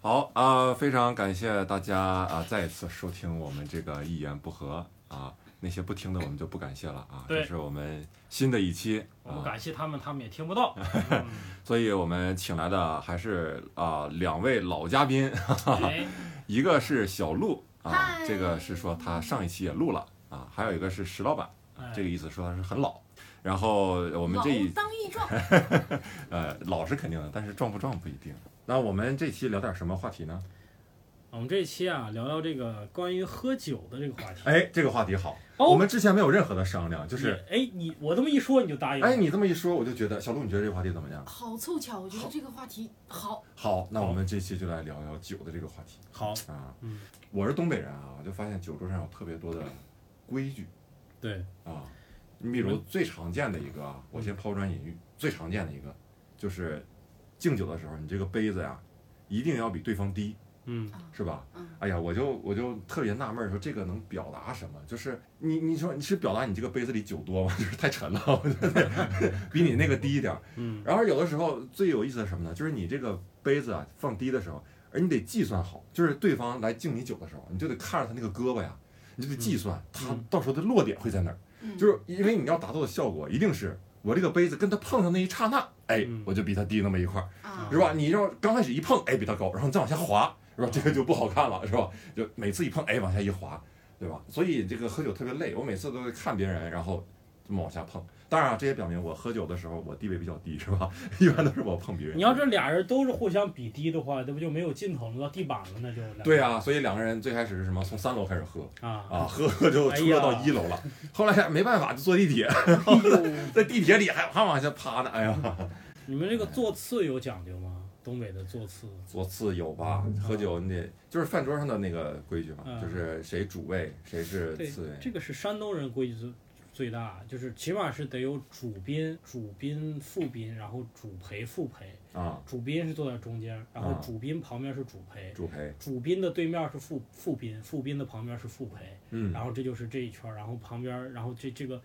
好啊、呃非常感谢大家啊、再一次收听我们这个一言不合啊、那些不听的我们就不感谢了啊，对这是我们新的一期我啊们、感谢他们，他们也听 不到。嗯所以我们请来的还是啊、两位老嘉宾， 哎，一个是小鹿啊嗨，这个是说他上一期也录了啊，还有一个是石老板，哎这个意思说他是很老。然后我们老这一当益壮，呃老是肯定的，但是壮不壮不一定。那我们这期聊点什么话题呢？我们这一期啊，聊聊这个关于喝酒的这个话题。哎，这个话题好，哦我们之前没有任何的商量，就就是哎，你我这么一说你就答应了。哎，你这么一说，我就觉得小鹿，你觉得这个话题怎么样？好凑巧，我觉得这个话题好。好，那我们这期就来聊聊酒的这个话题好，啊。嗯，我是东北人啊，我就发现酒桌上有特别多的规矩对，啊。你比如最常见的一个啊，我先抛砖引玉，最常见的一个就是敬酒的时候，你这个杯子呀、一定要比对方低，嗯，是吧嗯？哎呀，我就我就特别纳闷儿，说这个能表达什么？就是你你说你是表达你这个杯子里酒多吗？ 就是太沉了，我觉得 比你那个低一点儿。嗯，然后有的时候最有意思的是什么呢？就是你这个杯子啊放低的时候，而你得计算好，就是对方来敬你酒的时候，你就得看着他那个胳膊呀，你就得计算他嗯到时候的落点会在哪儿。嗯，就是因为你要达到的效果，一定是我这个杯子跟他碰上那一刹那，哎嗯，我就比他低那么一块儿。啊是，吧？你要刚开始一碰，哎，比它高，然后你再往下滑，是吧？这个就不好看了，是吧？就每次一碰，哎，往下一滑，对吧？所以这个喝酒特别累，我每次都会看别人，然后这么往下碰。当然、啊，这也表明我喝酒的时候我地位比较低，是吧？ 一般都是我碰别人。你要这俩人都是互相比低的话，这不就没有尽头了，到地板了，那就对啊，所以两个人最开始是什么？从三楼开始喝啊啊，喝喝就出了到哎呀一楼了。后来没办法，就坐地铁，哎呦， 在地铁里还还往下趴呢。哎呀，你们这个座次有讲究吗？东北的座次，座次有吧？喝酒你得就是饭桌上的那个规矩嘛，嗯就是谁主位，谁是对次位。，哎这个是山东人规矩最最大，就是起码是得有主宾、主宾、副宾，然后主陪、副陪。啊，主宾是坐在中间，然后啊主宾旁边是主陪，主陪，主宾的对面是副副宾，副宾的旁边是副陪，嗯然后这就是这一圈儿，然后旁边，然后这这个，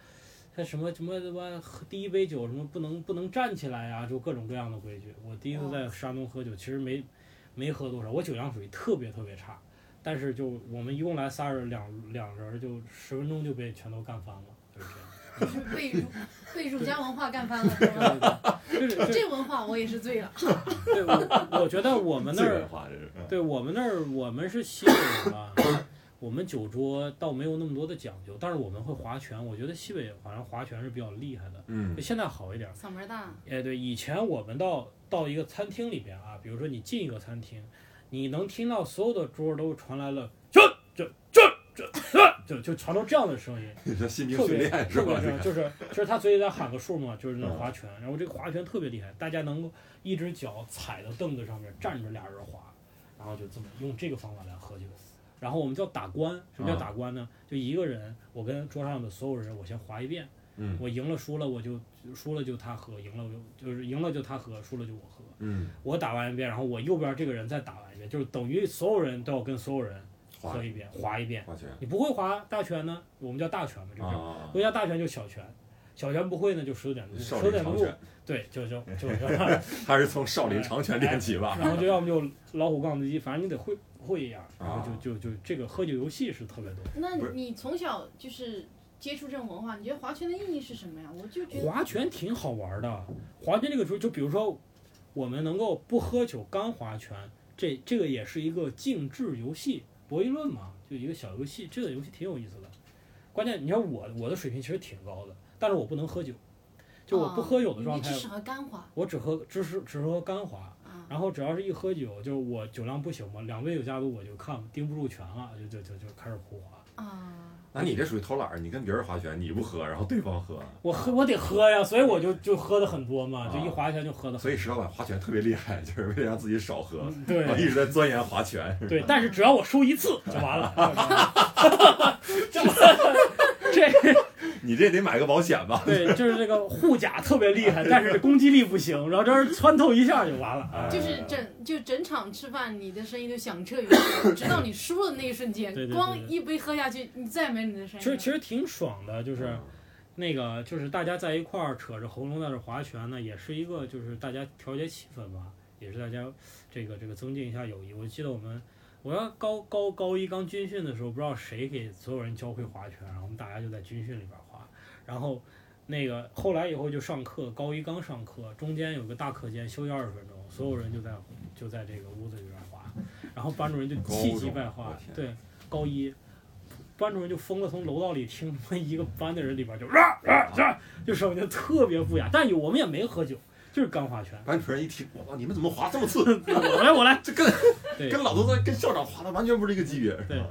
他什么什么什么，喝第一杯酒什么不能不能站起来啊，就各种各样的规矩。我第一次在山东喝酒，其实没没喝多少，我酒量属于特别特别差，但是就我们一共来仨人，两两人就十分钟就被全都干翻了，就是这样。就是被儒被儒家文化干翻了，是 吧就是就是这文化我也是醉了。对我我觉得我们那最儿文化这是，对我们那儿，我们是西北人吧，我们酒桌倒没有那么多的讲究，但是我们会划拳。我觉得西北好像划拳是比较厉害的，嗯 就现在好一点。嗓门大，哎，对，以前我们到到一个餐厅里边啊，比如说你进一个餐厅，你能听到所有的桌都传来了这这这这这就就传到这样的声音，你说新兵特训别练是特别吧？ 嗯是这就是就是他嘴里在喊个数嘛，就是那划拳，然后这个划拳特别厉害，大家能够一只脚踩到凳子上面站着俩人划，然后就这么用这个方法来喝酒。然后我们叫打官，嗯什么叫打官呢？就一个人，我跟桌上的所有人，我先划一遍，嗯我赢了输了我就输了就他喝，赢了我就就是赢了就他喝，输了就我喝。嗯，我打完一遍，然后我右边这个人再打完一遍，就是等于所有人都要跟所有人划喝一遍，划一遍。划拳你不会划大拳呢，我们叫大拳嘛，这是。 啊，回家大拳就小拳，小拳不会呢就十九点钟，十少九林点长钟拳，对，就就就， 然还是从少林长拳练起吧。后就要么就老虎杠子鸡，反正你得会会一样，然后啊就就就这个喝酒游戏是特别多。那不是你从小就是接触这种文化，你觉得划拳的意义是什么呀？我就觉得划拳挺好玩的，划拳这个时候就比如说我们能够不喝酒干划拳，这这个也是一个竞智游戏，博弈论嘛，就一个小游戏，这个游戏挺有意思的。关键你看我我的水平其实挺高的，但是我不能喝酒，就我不喝酒的状态哦你，只适合干划我只喝只是只喝干划。啊。然后只要是一喝酒，就是我酒量不行嘛，两杯酒下肚我就看盯不住拳了，就就就就开始胡划。啊，那你这属于偷懒儿，你跟别人划拳，你不喝，然后对方喝，我喝我得喝呀，所以我就就喝的很多嘛，就一划拳就喝的啊很所以石老板划拳特别厉害，就是为了让自己少喝，多。然后嗯对一直在钻研划拳。对，但是只要我输一次就完了。 这么这你这得买个保险吧？对，就是这个护甲特别厉害，但是攻击力不行，然后这儿穿透一下就完了。啊就是整就整场吃饭，你的声音都响彻云霄，直到你输了那一瞬间对对，对光一杯喝下去，你再也没你的其声音实了。其实挺爽的，就是。那个就是大家在一块儿扯着喉咙在这划拳呢，也是一个就是大家调节气氛吧。也是大家这个这个增进一下友谊。我记得我们我要高高高一刚军训的时候，不知道谁给所有人教会划拳，然后我们大家就在军训里边划，然后。那个后来以后就上课，高一刚上课，中间有个大课间休息二十分钟，所有人就在就在这个屋子里边划，然后班主任就气急败高中坏我，天对，高一，班主任就疯了，从楼道里听他妈一个班的人里边就啊啊啊，就声音特别不雅，但有我们也没喝酒，就是刚划拳，班主任一听，哇，你们怎么滑这么 次？我来我来，这跟对跟老头子跟校长滑的完全不是一个级别。对，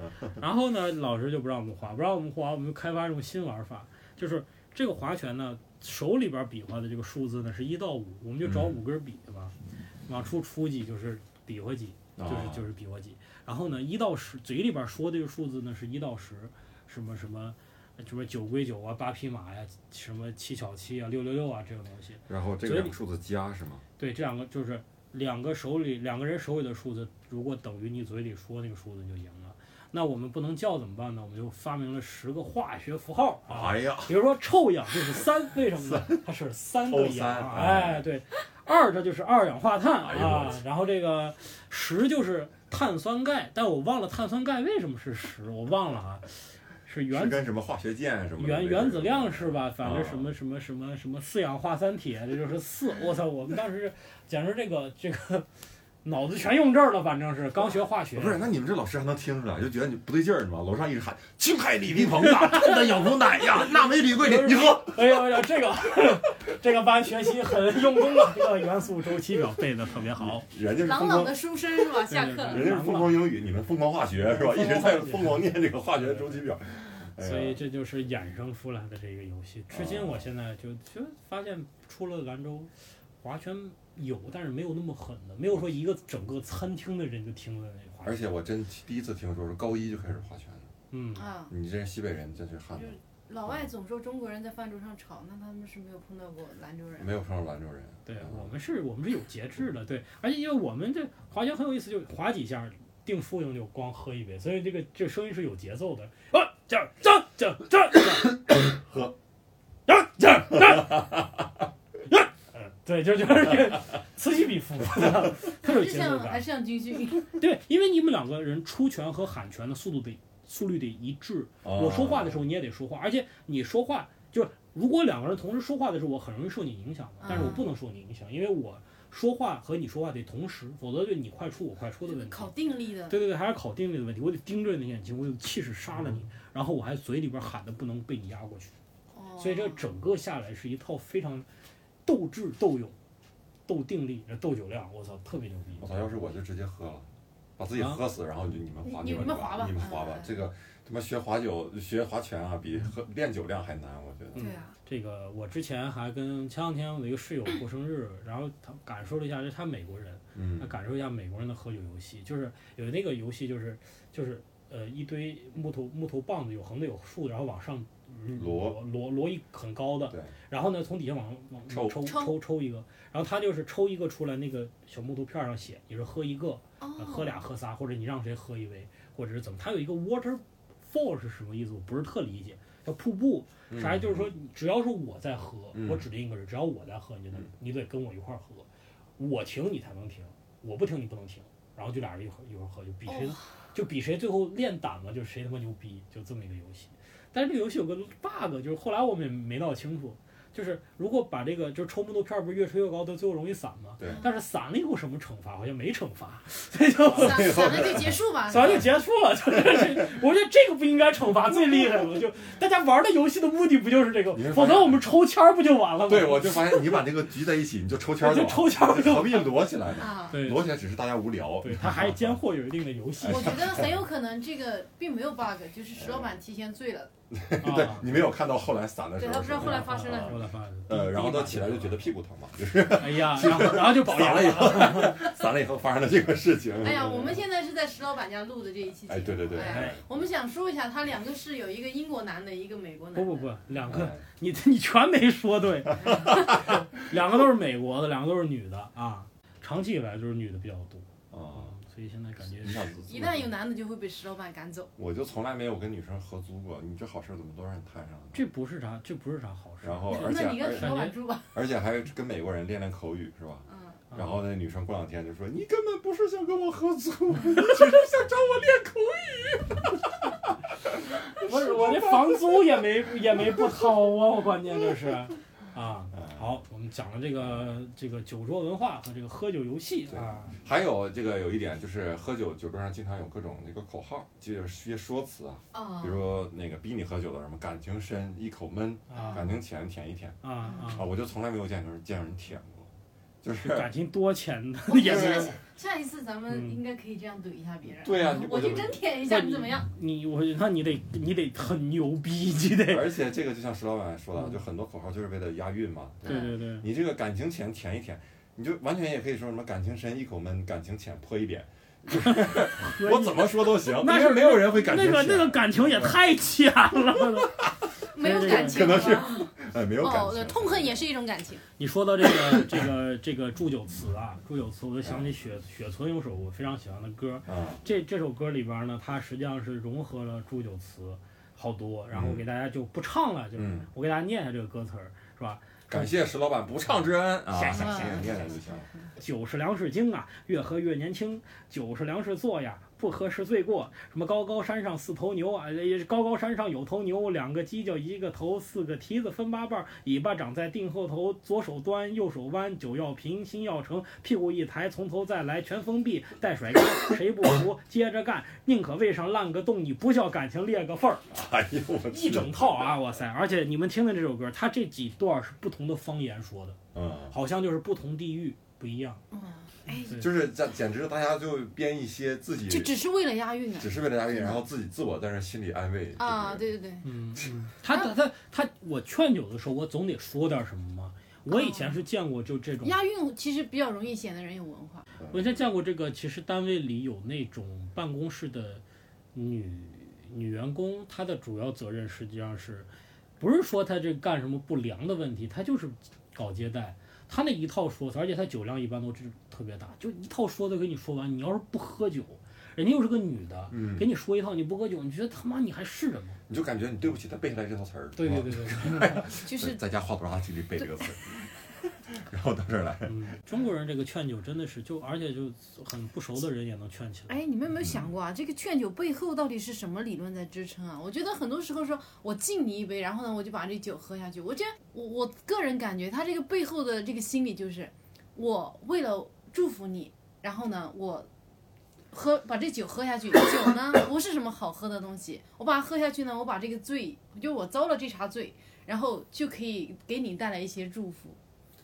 然后呢，老师就不让我们划，不让我们划，我们就开发一种新玩法，就是这个划拳呢，手里边比划的这个数字呢是一到五，我们就找嗯五根笔嘛，往出出几就是比划几，啊就是就是比划几。然后呢，一到十，嘴里边说这个数字呢是一到十，什么什么。什么九归九啊，八匹马呀、什么七巧七啊，六六六啊，这种东西。然后这个两个数字加是吗？对，这两个就是两个手里两个人手里的数字，如果等于你嘴里说那个数字，你就赢了。那我们不能叫怎么办呢？我们就发明了十个化学符号啊，哎呀，比如说臭氧就是三，为什么呢？它是三个抽氧三啊，哎哎，对，二这就是二氧化碳哎呦我啊，然后这个十就是碳酸钙，但我忘了碳酸钙为什么是十，我忘了啊，是原是跟什么化学键什么的原那个原子量是吧？反啊正什么什么什么什么四氧化三铁，这就是四。我操，我们当时是简直这个这个脑子全用这儿了，反正是刚学化学不。是，那你们这老师还能听出啊来，就觉得你不对劲儿，你知道吗？楼上一直喊“青海李皮鹏呐，真的养母奶呀，腊梅李桂林，你喝哎呦哎呦，这个这个班学习很用功啊，这个元素周期表背的特别好。”， 人家是朗疯朗狂，的书声 是吧？下课了人家是疯狂英语，你们疯狂化学是吧？一直在疯狂念这个化学周期表，哎呀啊所以这就是衍生出来的这个游戏。至今我现在就就发现，出了兰州，划拳有，但是没有那么狠的，没有说一个整个餐厅的人就听了那划而拳。且我真第一次听说是高一就开始划拳了，嗯，啊！你这西北人真是汉就子是，老外总说中国人在饭桌上吵，那他们是没有碰到过兰州人。没有碰上兰州人。对嗯，我们是，我们是有节制的，对，而且因为我们这划拳很有意思，就划几下定输赢就光喝一杯，所以这个这声音是有节奏的，啊，这样这样这样这样 喝，啊这样这样，啊嗯对，就就是这个此起彼伏的，特还有是节奏像还感，是像 军训，对，因为你们两个人出拳和喊拳的速度得速率得一致，哦我说话的时候候你也得说话，而且你说话就是如果两个人同时说话的时候，我很容易受你影响嗯的，但是我不能受你影响，因为我说话和你说话得同时，否则就你快出我快出的问题考。定力的，对对对，还是考定力的问题，我得盯着你的眼睛，我有气势杀了你，嗯然后我还嘴里边喊的不能被你压过去，哦所以这整个下来是一套非常斗智斗勇、斗定力、斗酒量，我操，特别牛逼。我操，要是我就直接喝了，把啊自己喝死，然后就你们划，你们你们划吧你们划吧嗯。这个他妈学划酒、学划拳啊，比喝嗯练酒量还难，我觉得。对啊，这个我之前还跟前两天我的一个室友过生日，然后他感受了一下，这是他美国人，那嗯，感受一下美国人的喝酒游戏，就是有那个游戏，就是就是呃一堆木头木头棒子，有横的有竖的，然后往上嗯摞摞摞一很高的，对，然后呢从底下往往往抽抽抽抽抽一个，然后他就是抽一个出来，那个小木头片儿上写你是喝一个，呃喝哦，俩喝仨，或者你让谁喝一杯，或者是怎么，他有一个 water fall 是什么意思？我不是特理解，叫瀑布嗯啥？就是说，只要是我在喝，嗯我指定一个人，只要我在喝，你就能嗯，你得跟我一块儿喝，我停你才能停，我不停你不能停，然后就俩人一会儿一会儿喝，就比谁、哦就比谁最后练胆嘛，就是谁他妈牛逼，就这么一个游戏。但是这个游戏有个 bug，就是后来我们也没闹清楚，就是如果把这个就是抽木头片儿不是越吹越高，到最后容易散吗？嗯对但是散了以后什么惩罚？好像没惩罚，所以就散散了就结束 吧。咱就结束了，就是我觉得这个不应该惩罚最厉害了，就大家玩的游戏的目的不就是这个你是，否则我们抽签儿不就完了吗？嗯对，我就发现你把这个聚在一起，你就抽签儿就完抽签儿你何必摞起来呢？啊，对摞起来只是大家无聊。对，它还兼获有一定的游戏我哎觉得很有可能这个并没有 bug，就是石老板提前醉了，对啊。 你没有看到后来散的时对候，他不知道后来发生了什么。后来发生呃，然后他起来就觉得屁股疼嘛， 就是得，哎呀，然后然后 就保研啊散了以后，散了以后发生了这个事情。哎呀，我们现在是在石老板家录的这一期嗯节目。哎，对对对，哎我们想说一下，他两个室友，一个英国男的，一个美国男的。不不，不，两个哎你你全没说对， 两个都是美国的，两个都是女的啊。长期以来就是女的比较多，啊，嗯，所以现在感觉你想，一旦有男的就会被石老板赶走。我就从来没有跟女生合租过，你这好事怎么都让你摊上了呢？这不是啥，这不是啥好哦事。然后，而且那你跟石而老板住吧。而且还跟美国人练练口语是吧？嗯，啊然后后那女生过两天就说：“你根本不是想跟我合租， 你只是想找我练口语。不是我这房租也没也没不掏啊，我关键这是啊。好，我们讲了这个这个酒桌文化和这个喝酒游戏啊，”还有这个有一点就是喝酒，酒桌上经常有各种那个口号，就是些说辞啊，啊比如说那个逼你喝酒的什么感情深一口闷，嗯啊感情浅舔一舔啊啊啊，，我就从来没有见有人见有人舔过，就是感情多钱的我也觉没有得。下一次咱们嗯应该可以这样怼一下别人。对呀嗯我我就去真舔一下，你怎么样？你我那你得你得很牛逼，你 得而且这个就像石老板说的，嗯就很多口号就是为了押韵嘛。对对对，你这个感情浅舔一舔，你就完全也可以说什么感情深一口闷，感情浅泼一脸，我怎么说都行，那因是为没有人会感情啊那浅，个那个感情也太浅了。 没有感可情能了。是哎没有感哦，对，情，痛恨也是一种感情。你说到这个这个这个祝酒词啊，祝酒词我就想起雪雪村有首我非常喜欢的歌，啊，这这首歌里边呢，它实际上是融合了祝酒词好多，然后我给大家就不唱了，就是嗯我给大家念一下这个歌词儿，是吧？感谢石老板不唱之恩啊，下下下念念就行了， 酒是粮食精啊，越喝越年轻；酒是粮食做呀，不喝是罪过。什么高高山上四头牛啊，呃高高山上有头牛，两个犄角一个头，四个蹄子分八瓣儿，尾巴长在腚后头，左手端，右手弯，酒要平，心要诚，屁股一抬，从头再来，全封闭，带甩干，谁不服接着干，宁可胃上烂个洞，你不叫感情裂个缝儿，哎呦我去一整套啊，哇塞！而且你们听听这首歌，它这几段是不同的方言说的，嗯。好像就是不同地域不一样。嗯，哎，对就是这简直大家就编一些自己就只是为了押韵啊。只是为了押韵，然后自己自我在那心里安慰啊，就是对对对，嗯，嗯， 他他他他，我劝酒的时候，我总得说点什么嘛。我以前是见过就这种，押韵其实比较容易显得人有文化。我以前见过这个，其实单位里有那种办公室的女女员工，她的主要责任实际上是，不是说她这干什么不良的问题，她就是搞接待。她那一套说辞，而且她酒量一般都是特别大，就一套说的给你说完。你要是不喝酒，人家又是个女的，嗯给你说一套你不喝酒，你觉得他妈你还是人 吗？你就感觉你对不起他背下来这套词儿，对对是吧对对。就是在家花多少精力背这个词儿， 然后到这儿来，嗯，中国人这个劝酒真的是就，而且就很不熟的人也能劝起来。哎，你们有没有想过啊？这个劝酒背后到底是什么理论在支撑啊？我觉得很多时候说我敬你一杯，然后呢，我就把这酒喝下去。我觉得我我个人感觉，他这个背后的这个心理就是，我为了祝福你，然后呢，我喝把这酒喝下去。酒呢不是什么好喝的东西，我把它喝下去呢，我把这个罪，就我遭了这茬罪，然后就可以给你带来一些祝福。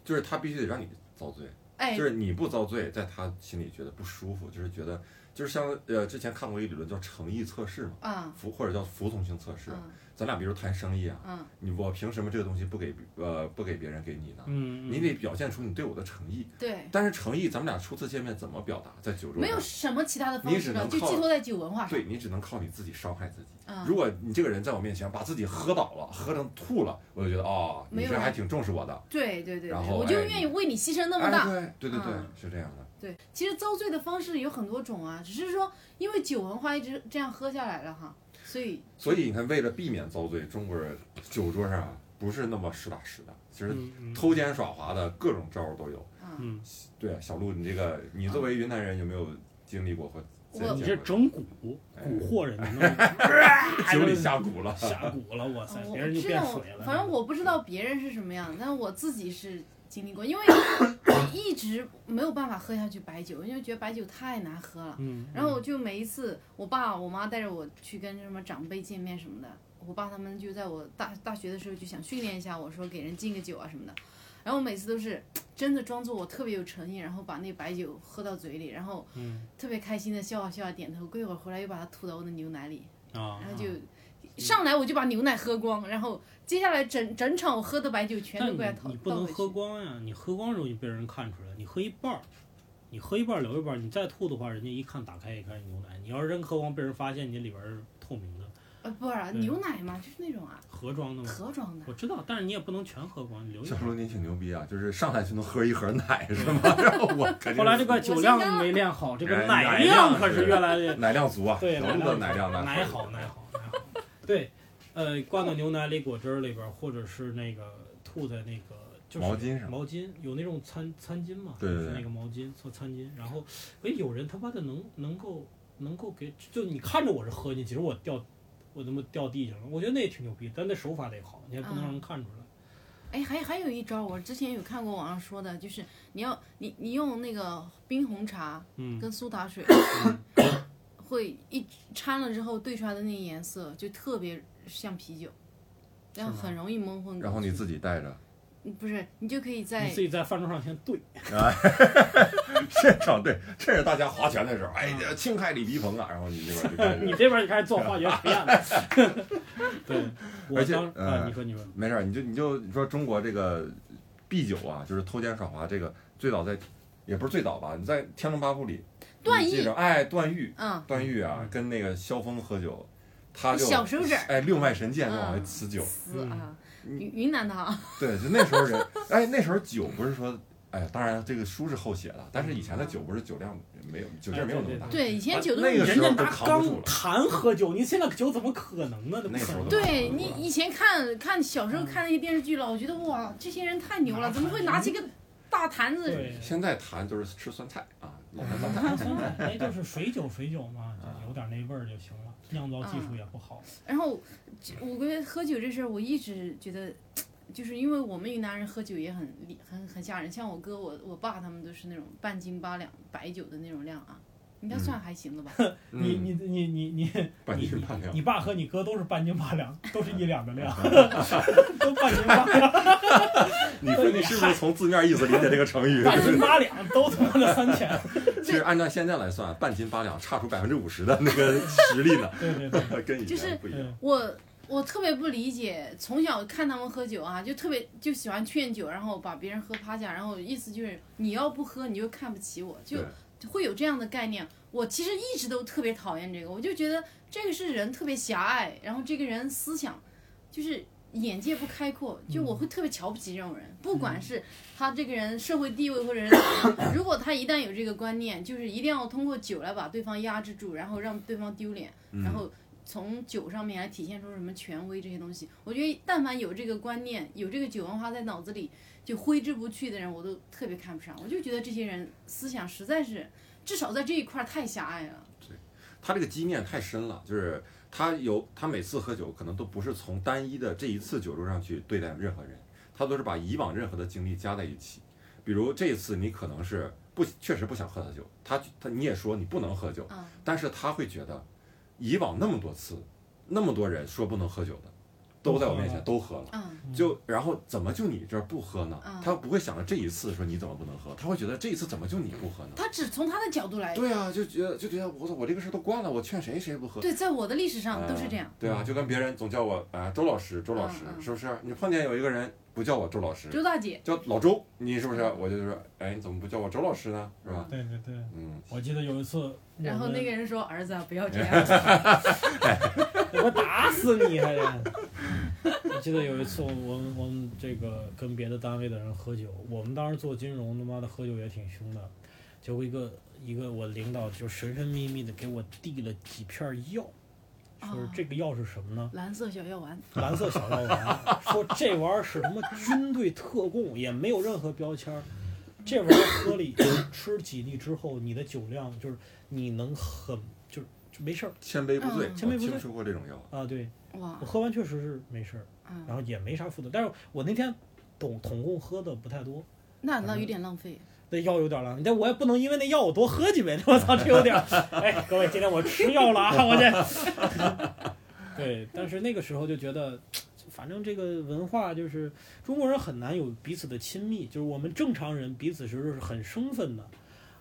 就是他必须得让你遭罪，哎就，是你不遭罪，在他心里觉得不舒服，就是觉得就是像呃之前看过一理论叫诚意测试嘛，啊，服或者叫服从性测试。嗯咱俩比如谈生意啊，嗯，你我凭什么这个东西不给呃不给别人给你呢？嗯，你得表现出你对我的诚意，对。但是诚意咱们俩初次见面怎么表达？在酒桌没有上，什么其他的方你式只了，能就靠寄托在酒文化上。对你只能靠你自己伤害自己。啊，如果你这个人在我面前把自己喝倒了，喝成吐了，我就觉得哦，你没有这人还挺重视我的。对对对对，然后我就哎愿意为你牺牲那么哎，大。对对对对嗯，是这样的。对，其实遭罪的方式有很多种啊，只是说因为酒文化一直这样喝下来了哈，所以所以你看，为了避免遭罪，中国人酒桌上啊不是那么实打实的，其实嗯嗯偷奸耍滑的各种招儿都有。啊，嗯，对，小鹿，你这个你作为云南人有没有经历过和见我你见这过整蛊蛊惑人家，酒里下蛊了？ 下蛊了，哇塞，我别我人就这变种水了。哦反正我不知道别人是什么样，但我自己是经历过， 因为我一直没有办法喝下去白酒，因为觉得白酒太难喝了。嗯，然后我就每一次，我爸我妈带着我去跟什么长辈见面什么的，我爸他们就在我大大学的时候就想训练一下我说给人敬个酒啊什么的，然后我每次都是真的装作我特别有诚意，然后把那白酒喝到嘴里，然后嗯特别开心的笑啊笑啊点头，过一会儿回来又把它吐到我的牛奶里，啊然，后就。上来我就把牛奶喝光，然后接下来整整场我喝的白酒全但都被他你倒你不倒能回喝去光呀，你喝光容易被人看出来，你喝一半儿。你喝一半儿留一半儿，你再吐的话，人家一看打开一看牛奶。你要是真喝光，被人发现你里边儿是透明的，呃，不是对嗯牛奶嘛，就是那种啊盒装的嘛。盒装的，我知道，但是你也不能全喝光，你留一小半鹿，儿。你挺牛逼啊，就是上来就能喝一盒奶是吗？ 然后我肯定后来这个我酒先量干没练好，这个哎奶奶量量可是是越来越奶量足啊，对，小鹿的奶量奶奶好奶好奶好，对，呃，灌到牛奶里、果汁儿里边儿，或者是那个吐在那个就是毛巾上毛巾有那种餐餐巾嘛，对对对就是那个毛巾做餐巾，然后哎有人他妈的能能够能够给，就你看着我是喝进去，其实我掉我他妈掉地上了，我觉得那也挺牛逼，但那手法得好，你还嗯不能让人看出来。哎，还还有一招，我之前有看过网上说的，就是你要你你用那个冰红茶嗯，跟苏打水， 会一掺了之后兑出来的那个颜色就特别像啤酒，然后是吗很容易蒙嗯混过去。然后你自己带着， 不是你就可以你在自己在饭桌上先对，现场对，趁着大家划拳的时候，哎，嗯这青海李皮鹏啊，然后你这边就开你始，这边儿就开始做化学实 验了。对，我而且当啊，呃你说你说，没事儿，你就你就你说中国这个避酒啊，就是偷奸耍滑，这个最早在也不是最早吧，你在《天龙八部》里，段你记誉着，哎，段誉，嗯，段誉啊，跟那个萧峰喝酒，他就小手指儿哎，六脉神剑嗯就往外呲酒，死嗯啊，你云云南的啊，对，就那时候人，哎，那时候酒不是说，哎，当然这个书是后写的，但是以前的酒不是酒量没有酒劲儿没有那么大，对，以前啊酒都那个人时家候都拿扛不住钢了坛喝酒，你现在酒怎么可能呢？这不那时可候能。都对你以前看看小时候看那些电视剧老，我觉得哇，这些人太牛了，怎么会拿起个大坛子？对，现在谈就是吃酸菜啊，嗯老坛酸菜。那酸 奶那哎就是水酒，水酒嘛，就有点那味儿就行了。酿造技嗯术也不好，然后这我觉得喝酒这事儿，我一直觉得，就是因为我们云南人喝酒也很厉很很吓人，像我哥我我爸他们都是那种半斤八两白酒的那种量啊，应该算还行了吧？你你你你你嗯 半你斤半两，你爸和你哥都是半斤八两，都是一两的量，都半斤八两， 你说你是不是从字面意思理解这个成语？半斤八两都他妈的三千。其实按照现在来算，半斤八两差出百分之五十的那个实力 呢，对对对，跟以就是前不一样。嗯我我特别不理解，从小看他们喝酒啊，就特别就喜欢劝酒，然后把别人喝趴下，然后意思就是你要不喝你就看不起我，就对就会有这样的概念。我其实一直都特别讨厌这个，我就觉得这个是人特别狭隘，然后这个人思想就是眼界不开阔，就我会特别瞧不起这种人，不管是他这个人社会地位或者是怎么样，如果他一旦有这个观念，就是一定要通过酒来把对方压制住，然后让对方丢脸，嗯嗯嗯然后从酒上面来体现出什么权威这些东西。我觉得但凡有这个观念，有这个酒文化在脑子里就挥之不去的人，我都特别看不上。我就觉得这些人思想实在是，至少在这一块儿太狭隘了。他这个积淀太深了，就是他有他每次喝酒可能都不是从单一的这一次酒桌上去对待任何人，他都是把以往任何的经历加在一起。比如这一次你可能是不确实不想喝他酒，他他你也说你不能喝酒，啊但是他会觉得以往那么多次，那么多人说不能喝酒的，都在我面前都喝了。嗯 就然后怎么就你这儿不喝呢嗯？他不会想着这一次说你怎么不能喝，他会觉得这一次怎么就你不喝呢？他只从他的角度来，对啊，就觉得就觉得我操，我这个事儿都惯了，我劝谁谁不喝。对，在我的历史上都是这样嗯。。对啊，就跟别人总叫我啊周老师，周老师嗯嗯是不是？你碰见有一个人不叫我周老师，周大姐，叫老周，你是不是？我就说，哎，你怎么不叫我周老师呢？是吧？对对对，嗯，我记得有一次嗯我们，然后那个人说：“儿子啊，不要 这样。我打死你还得！ 我记得有一次，我们我们这个跟别的单位的人喝酒，我们当时做金融，他妈的喝酒也挺凶的，结果一个一个我领导就神神秘秘的给我递了几片药，说是啊这个药是什么呢”？蓝色小药丸，蓝色小药丸，说这玩意儿是他妈军队特供，也没有任何标签儿。这玩意儿喝了一吃几粒之后，你的酒量就是你能很就是就没事儿千杯不醉，嗯千杯我不醉听说过这种药。啊。对哇我，喝完确实是没事儿，然嗯，后也没啥负担。但是我那天统统共喝的不太多，那那有点浪费。那药有点儿了，但我也不能因为那药我多喝几杯， 我操，这有点儿。哎，各位，今天我吃药了啊，我这。 对，但是那个时候就觉得，反正这个文化就是中国人很难有彼此的亲密，就是我们正常人彼此是很生分的，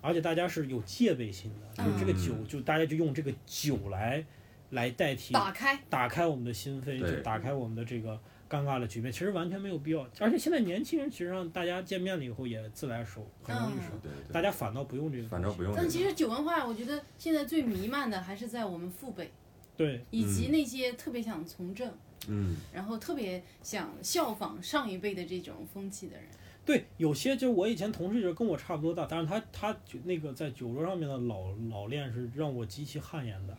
而且大家是有戒备心的，就是这个酒，嗯就大家就用这个酒来来代替打开，打开我们的心对扉，就打开我们的这个尴尬的局面，其实完全没有必要。而且现在年轻人其实上大家见面了以后也自来熟，很容易熟，嗯对对大对，家反倒不用这个，反正不用这但个。其实酒文化，我觉得现在最弥漫的还是在我们父辈，对，以及那些特别想从政，嗯，然后特别想效仿上一辈的这种风气的人。对，有些就是我以前同事就是跟我差不多大，但是他他就那个在酒桌上面的老老练是让我极其汗颜的。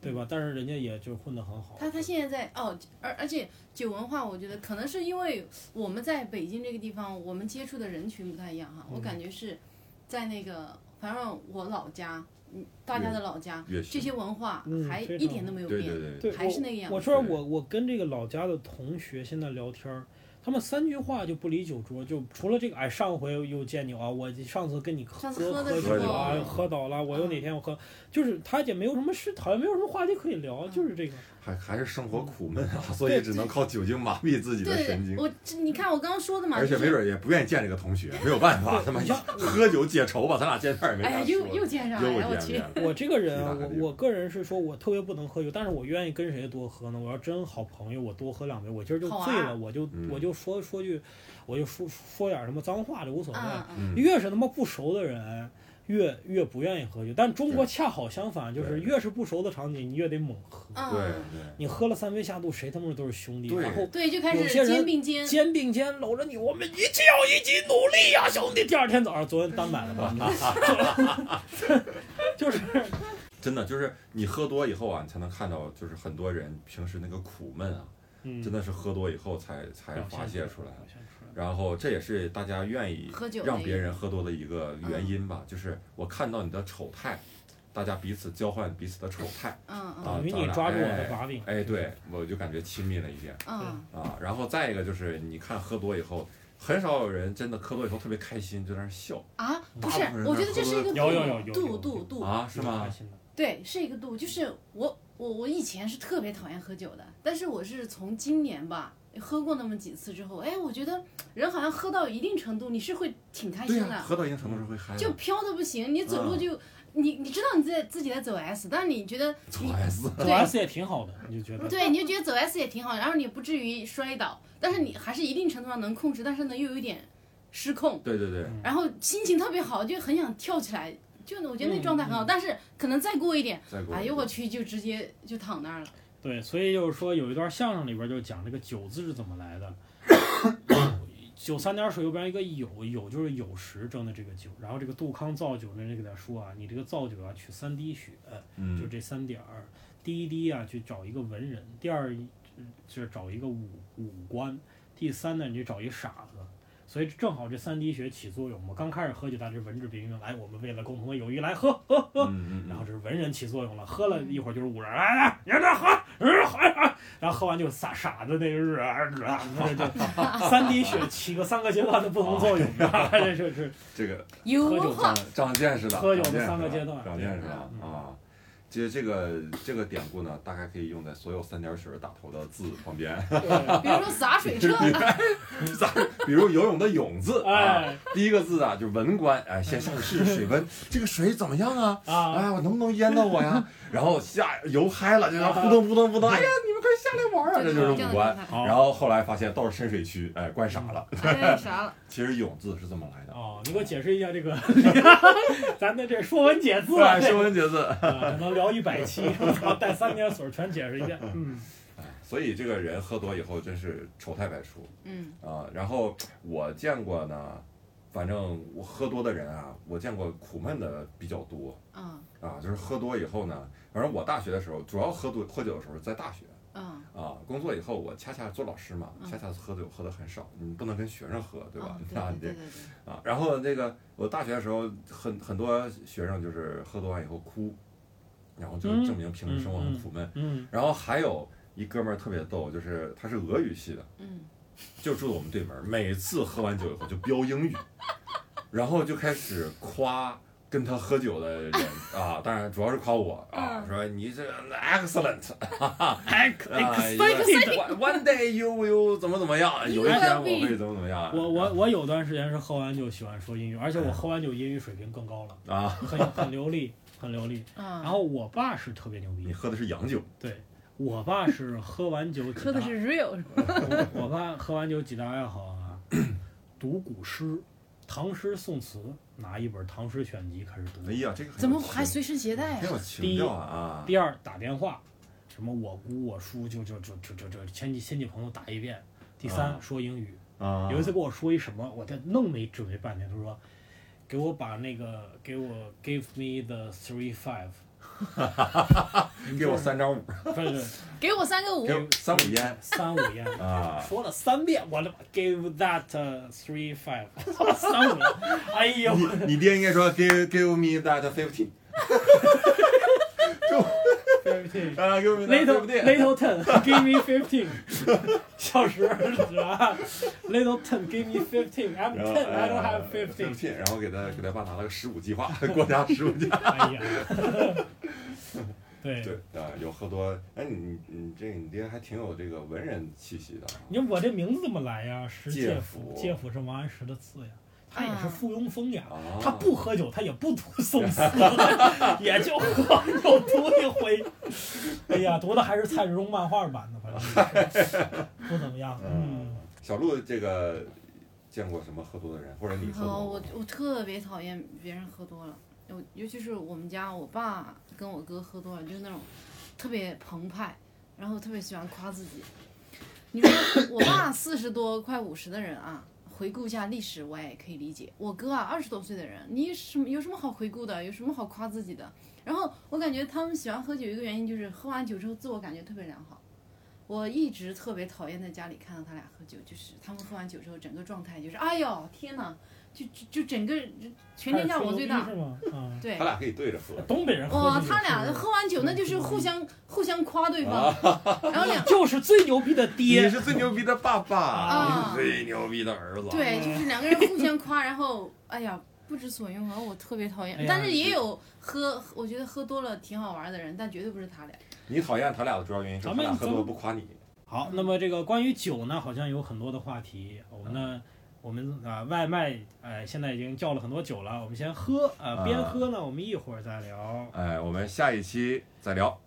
对吧？但是人家也就混得很好。嗯他他现在在哦，而而且酒文化，我觉得可能是因为我们在北京这个地方，我们接触的人群不太一样哈。嗯我感觉是在那个，反正我老家，嗯，大家的老家，乐这器，些文化嗯还非一常点都没有对变，对对，对，还是那个样我。我子。说我我跟这个老家的同学现在聊天儿，他们三句话就不离酒桌，就除了这个哎，上回又见你啊，我上次跟你喝上次喝的喝时候酒啊嗯，喝倒了，我又哪天我喝，就是他也没有什么事，好像没有什么话题可以聊，就是这个。还还是生活苦闷啊， 所以只能靠酒精麻痹自己对的嗯对神对，经，我这你看我刚刚说的嘛，而且就是没准也不愿意见这个同学，没有办法，他 妈你像喝酒解愁吧，咱俩见面也没哎啥呀，说又又的，见上了，哎呀又我见面去， 了，我这个人啊，其他的地我我个人是说我特别不能喝酒，但是我愿意跟谁多喝呢？我要真好朋友，我多喝两杯，我今儿就好玩啊醉儿了，我就、嗯我就说说句，我就说说点什么脏话这无所谓。嗯，嗯嗯，越是他妈不熟的人，越越不愿意喝酒。但中国恰好相反，就是对越是不熟的场景，你越得猛喝。对嗯，对，你喝了三杯下肚，谁他妈都是兄弟，对然后对，就开有些始人肩并肩，肩并肩搂着你，我们一定要一起努力呀、兄弟！第二天早上，昨天单买的吧， 就是真的就是你喝多以后啊，你才能看到，就是很多人平时那个苦闷啊，嗯，真的是喝多以后才才表现发泄出来表。现出来然后这也是大家愿意喝酒的让一别个嗯人喝多的一个原因吧，就是我看到你的丑态，大家彼此交换彼此的丑态，嗯嗯啊等于咱你俩抓住我哎的把柄。哎，对我就感觉亲密了一点嗯，啊。然后再一个就是，你看喝多以后，很少有人真的喝多以后特别开心，就在那儿笑啊，不是大部分人，我觉得这是一个有有有有有度有度度，啊，是开吗？心的对，是一个度。就是我我我以前是特别讨厌喝酒的，但是我是从今年吧喝过那么几次之后，哎，我觉得人好像喝到一定程度，你是会挺开对心呀、的，喝到一定程度是会嗨的。就飘的不行，你走路就、你你知道你在自己在走 S，但你觉得走 S，走对 S 也挺好的，你就觉得对，你就觉得走 S 也挺好，然后你也不至于摔倒，但是你还是一定程度上能控制，但是呢又有一点失控，对对对，然后心情特别好，就很想跳起来，就我觉得那状态很好，但是可能再过一点，再给我哎呦我去，就直接就躺那儿了。对，所以就是说，有一段相声里边就讲这个“酒”字是怎么来的，酒三点水右边一个酉，酉就是酉时蒸的这个酒。然后这个杜康造酒呢，那个在说啊，你这个造酒啊，取三滴血，就嗯，这三点儿。第一滴啊，去找一个文人；第二，就是找一个武武官；第三呢，你就找一傻子。所以正好这三滴血起作用嘛。刚开始喝酒，大家文质彬彬，来，我们为了共同的友谊来喝， 嗯然嗯后这是文人起作用了，喝了一会儿就是武人，来来，你们这喝，嗯喝啊，然后喝完就傻傻子那日啊日啊，那就三滴血起个三个阶段的不同作用，啊 这就是嗯，这个有喝酒文化，长见识的，喝酒的长见识三个了阶段长见识了嗯啊。其实这个这个典故呢，大概可以用在所有三点水打头的字旁边，对比如说 洒水车，咱比如游泳的泳字啊，哎第一个字啊就是文官，哎，先上去试试水温，这个水怎么样啊？啊，哎，我能不能淹到我呀？然后下游嗨了，就要扑腾扑腾扑腾，哎呀，你们快下来玩啊！这就是样武的官状。态。好然后后来发现到了深水区，哎，怪傻了。哎，啥了？其实泳字是这么来 的，哦，你给我解释一下这个， 咱的这《说文解字》哎，这说文解字。啊，能聊一百期，然后带三点水全解释一遍，嗯，所以这个人喝多以后真是丑态百出嗯，啊、然后我见过呢，反正我喝多的人啊，我见过苦闷的比较多嗯啊，就是喝多以后呢，反正我大学的时候主要喝多喝酒的时候是在大学嗯啊，工作以后我恰恰做老师嘛，嗯恰恰喝酒喝的很少，你不能跟学生喝，对吧？嗯 那你对对对这对啊，然后那个我大学的时候很很多学生就是喝多完以后哭，然后就嗯证明平时生活很苦闷。嗯，然后还有一哥们儿特别逗，就是他是俄语系的，对，嗯，就住我们对门儿，每次喝完酒以后就飙英语，然后就开始夸跟他喝酒的人啊，当然主要是夸我啊，嗯说你这 excellent 哎啊哎， ，one one day you will 怎么怎么样，有一天我会怎么怎么样，我我我有段时间是喝完酒喜欢说英语，而且我喝完酒英语水平更高了，啊，很很流利，很流利。然然后我爸是特别牛你逼，喝的是洋酒，对我爸是喝完酒几喝的大，是 real，我我爸喝完酒几大爱好啊，读古诗、唐诗宋词，拿一本《唐诗选集》开始读哎。呀，这个很有怎么还情随身携带很啊？有情调啊第二打电话，什么我姑我叔就就就就就就亲戚亲戚朋友打一遍。第啊三说英语，啊啊！有一次跟我说一什么，我这愣没准备半天，他说给我把那个给我 give me the three five，给我三张五，不是不是给我三个五给，我三五烟三五烟。啊！说了三遍，我他妈 give that uh, three five，三五，哎呦，你你爹应该说 give give me that fifty， Fifteen. 啊，give me that Little fifty， little ten, give me fifteen。小时候是吧？Little ten, give me fifteen. I'm 然后 ten, I don't have 哎 fifteen. 15然后给他给他爸拿了个十五计划，国家十五 计划。哎呀，对，对啊，有喝多，哎，你你你这你爹还挺有这个文人气息的啊。你说我这名字怎么来呀？石介介甫甫，介甫是王安石的字呀，他也是啊附庸风雅。啊他不喝酒，他也不读 宋词，也就喝酒读一回。哎呀，读的还是蔡志忠漫画版的，反正就是不怎么样。嗯，小鹿这个见过什么喝多的人，或者你喝哦，多我吗？我特别讨厌别人喝多了，尤尤其是我们家我爸跟我哥喝多了，就是那种特别澎湃，然后特别喜欢夸自己。你说我爸四十多快五十的人啊，回顾一下历史我也可以理解。我哥啊二十多岁的人，你什么有什么好回顾的？有什么好夸自己的？然后我感觉他们喜欢喝酒一个原因就是喝完酒之后自我感觉特别良好。我一直特别讨厌在家里看到他俩喝酒，就是他们喝完酒之后整个状态就是，哎呦天哪，就就就整个全天下我最还大是。吹牛逼是吗？啊，对他，俩可以对着喝，东北人喝哇，酒他俩是嗯喝完酒那就是互相互相夸对方，啊 然 后两就是最牛逼的你爹，是最牛逼的爸爸，啊你是最牛逼的儿子。对，就是两个人互相夸，然后哎呀不知所用，然后我特别讨哎厌呀。但是也有喝，我觉得喝多了挺好玩的人，但绝对不是他俩。你讨厌他俩的主要原因是他咱们俩喝咱多们不夸你。好，那么这个关于酒呢，好像有很多的话题。我们呢，我们啊、外卖，呃，现在已经叫了很多酒了，我们先喝啊、啊边喝呢，我们一会儿再聊。哎，我们下一期再聊。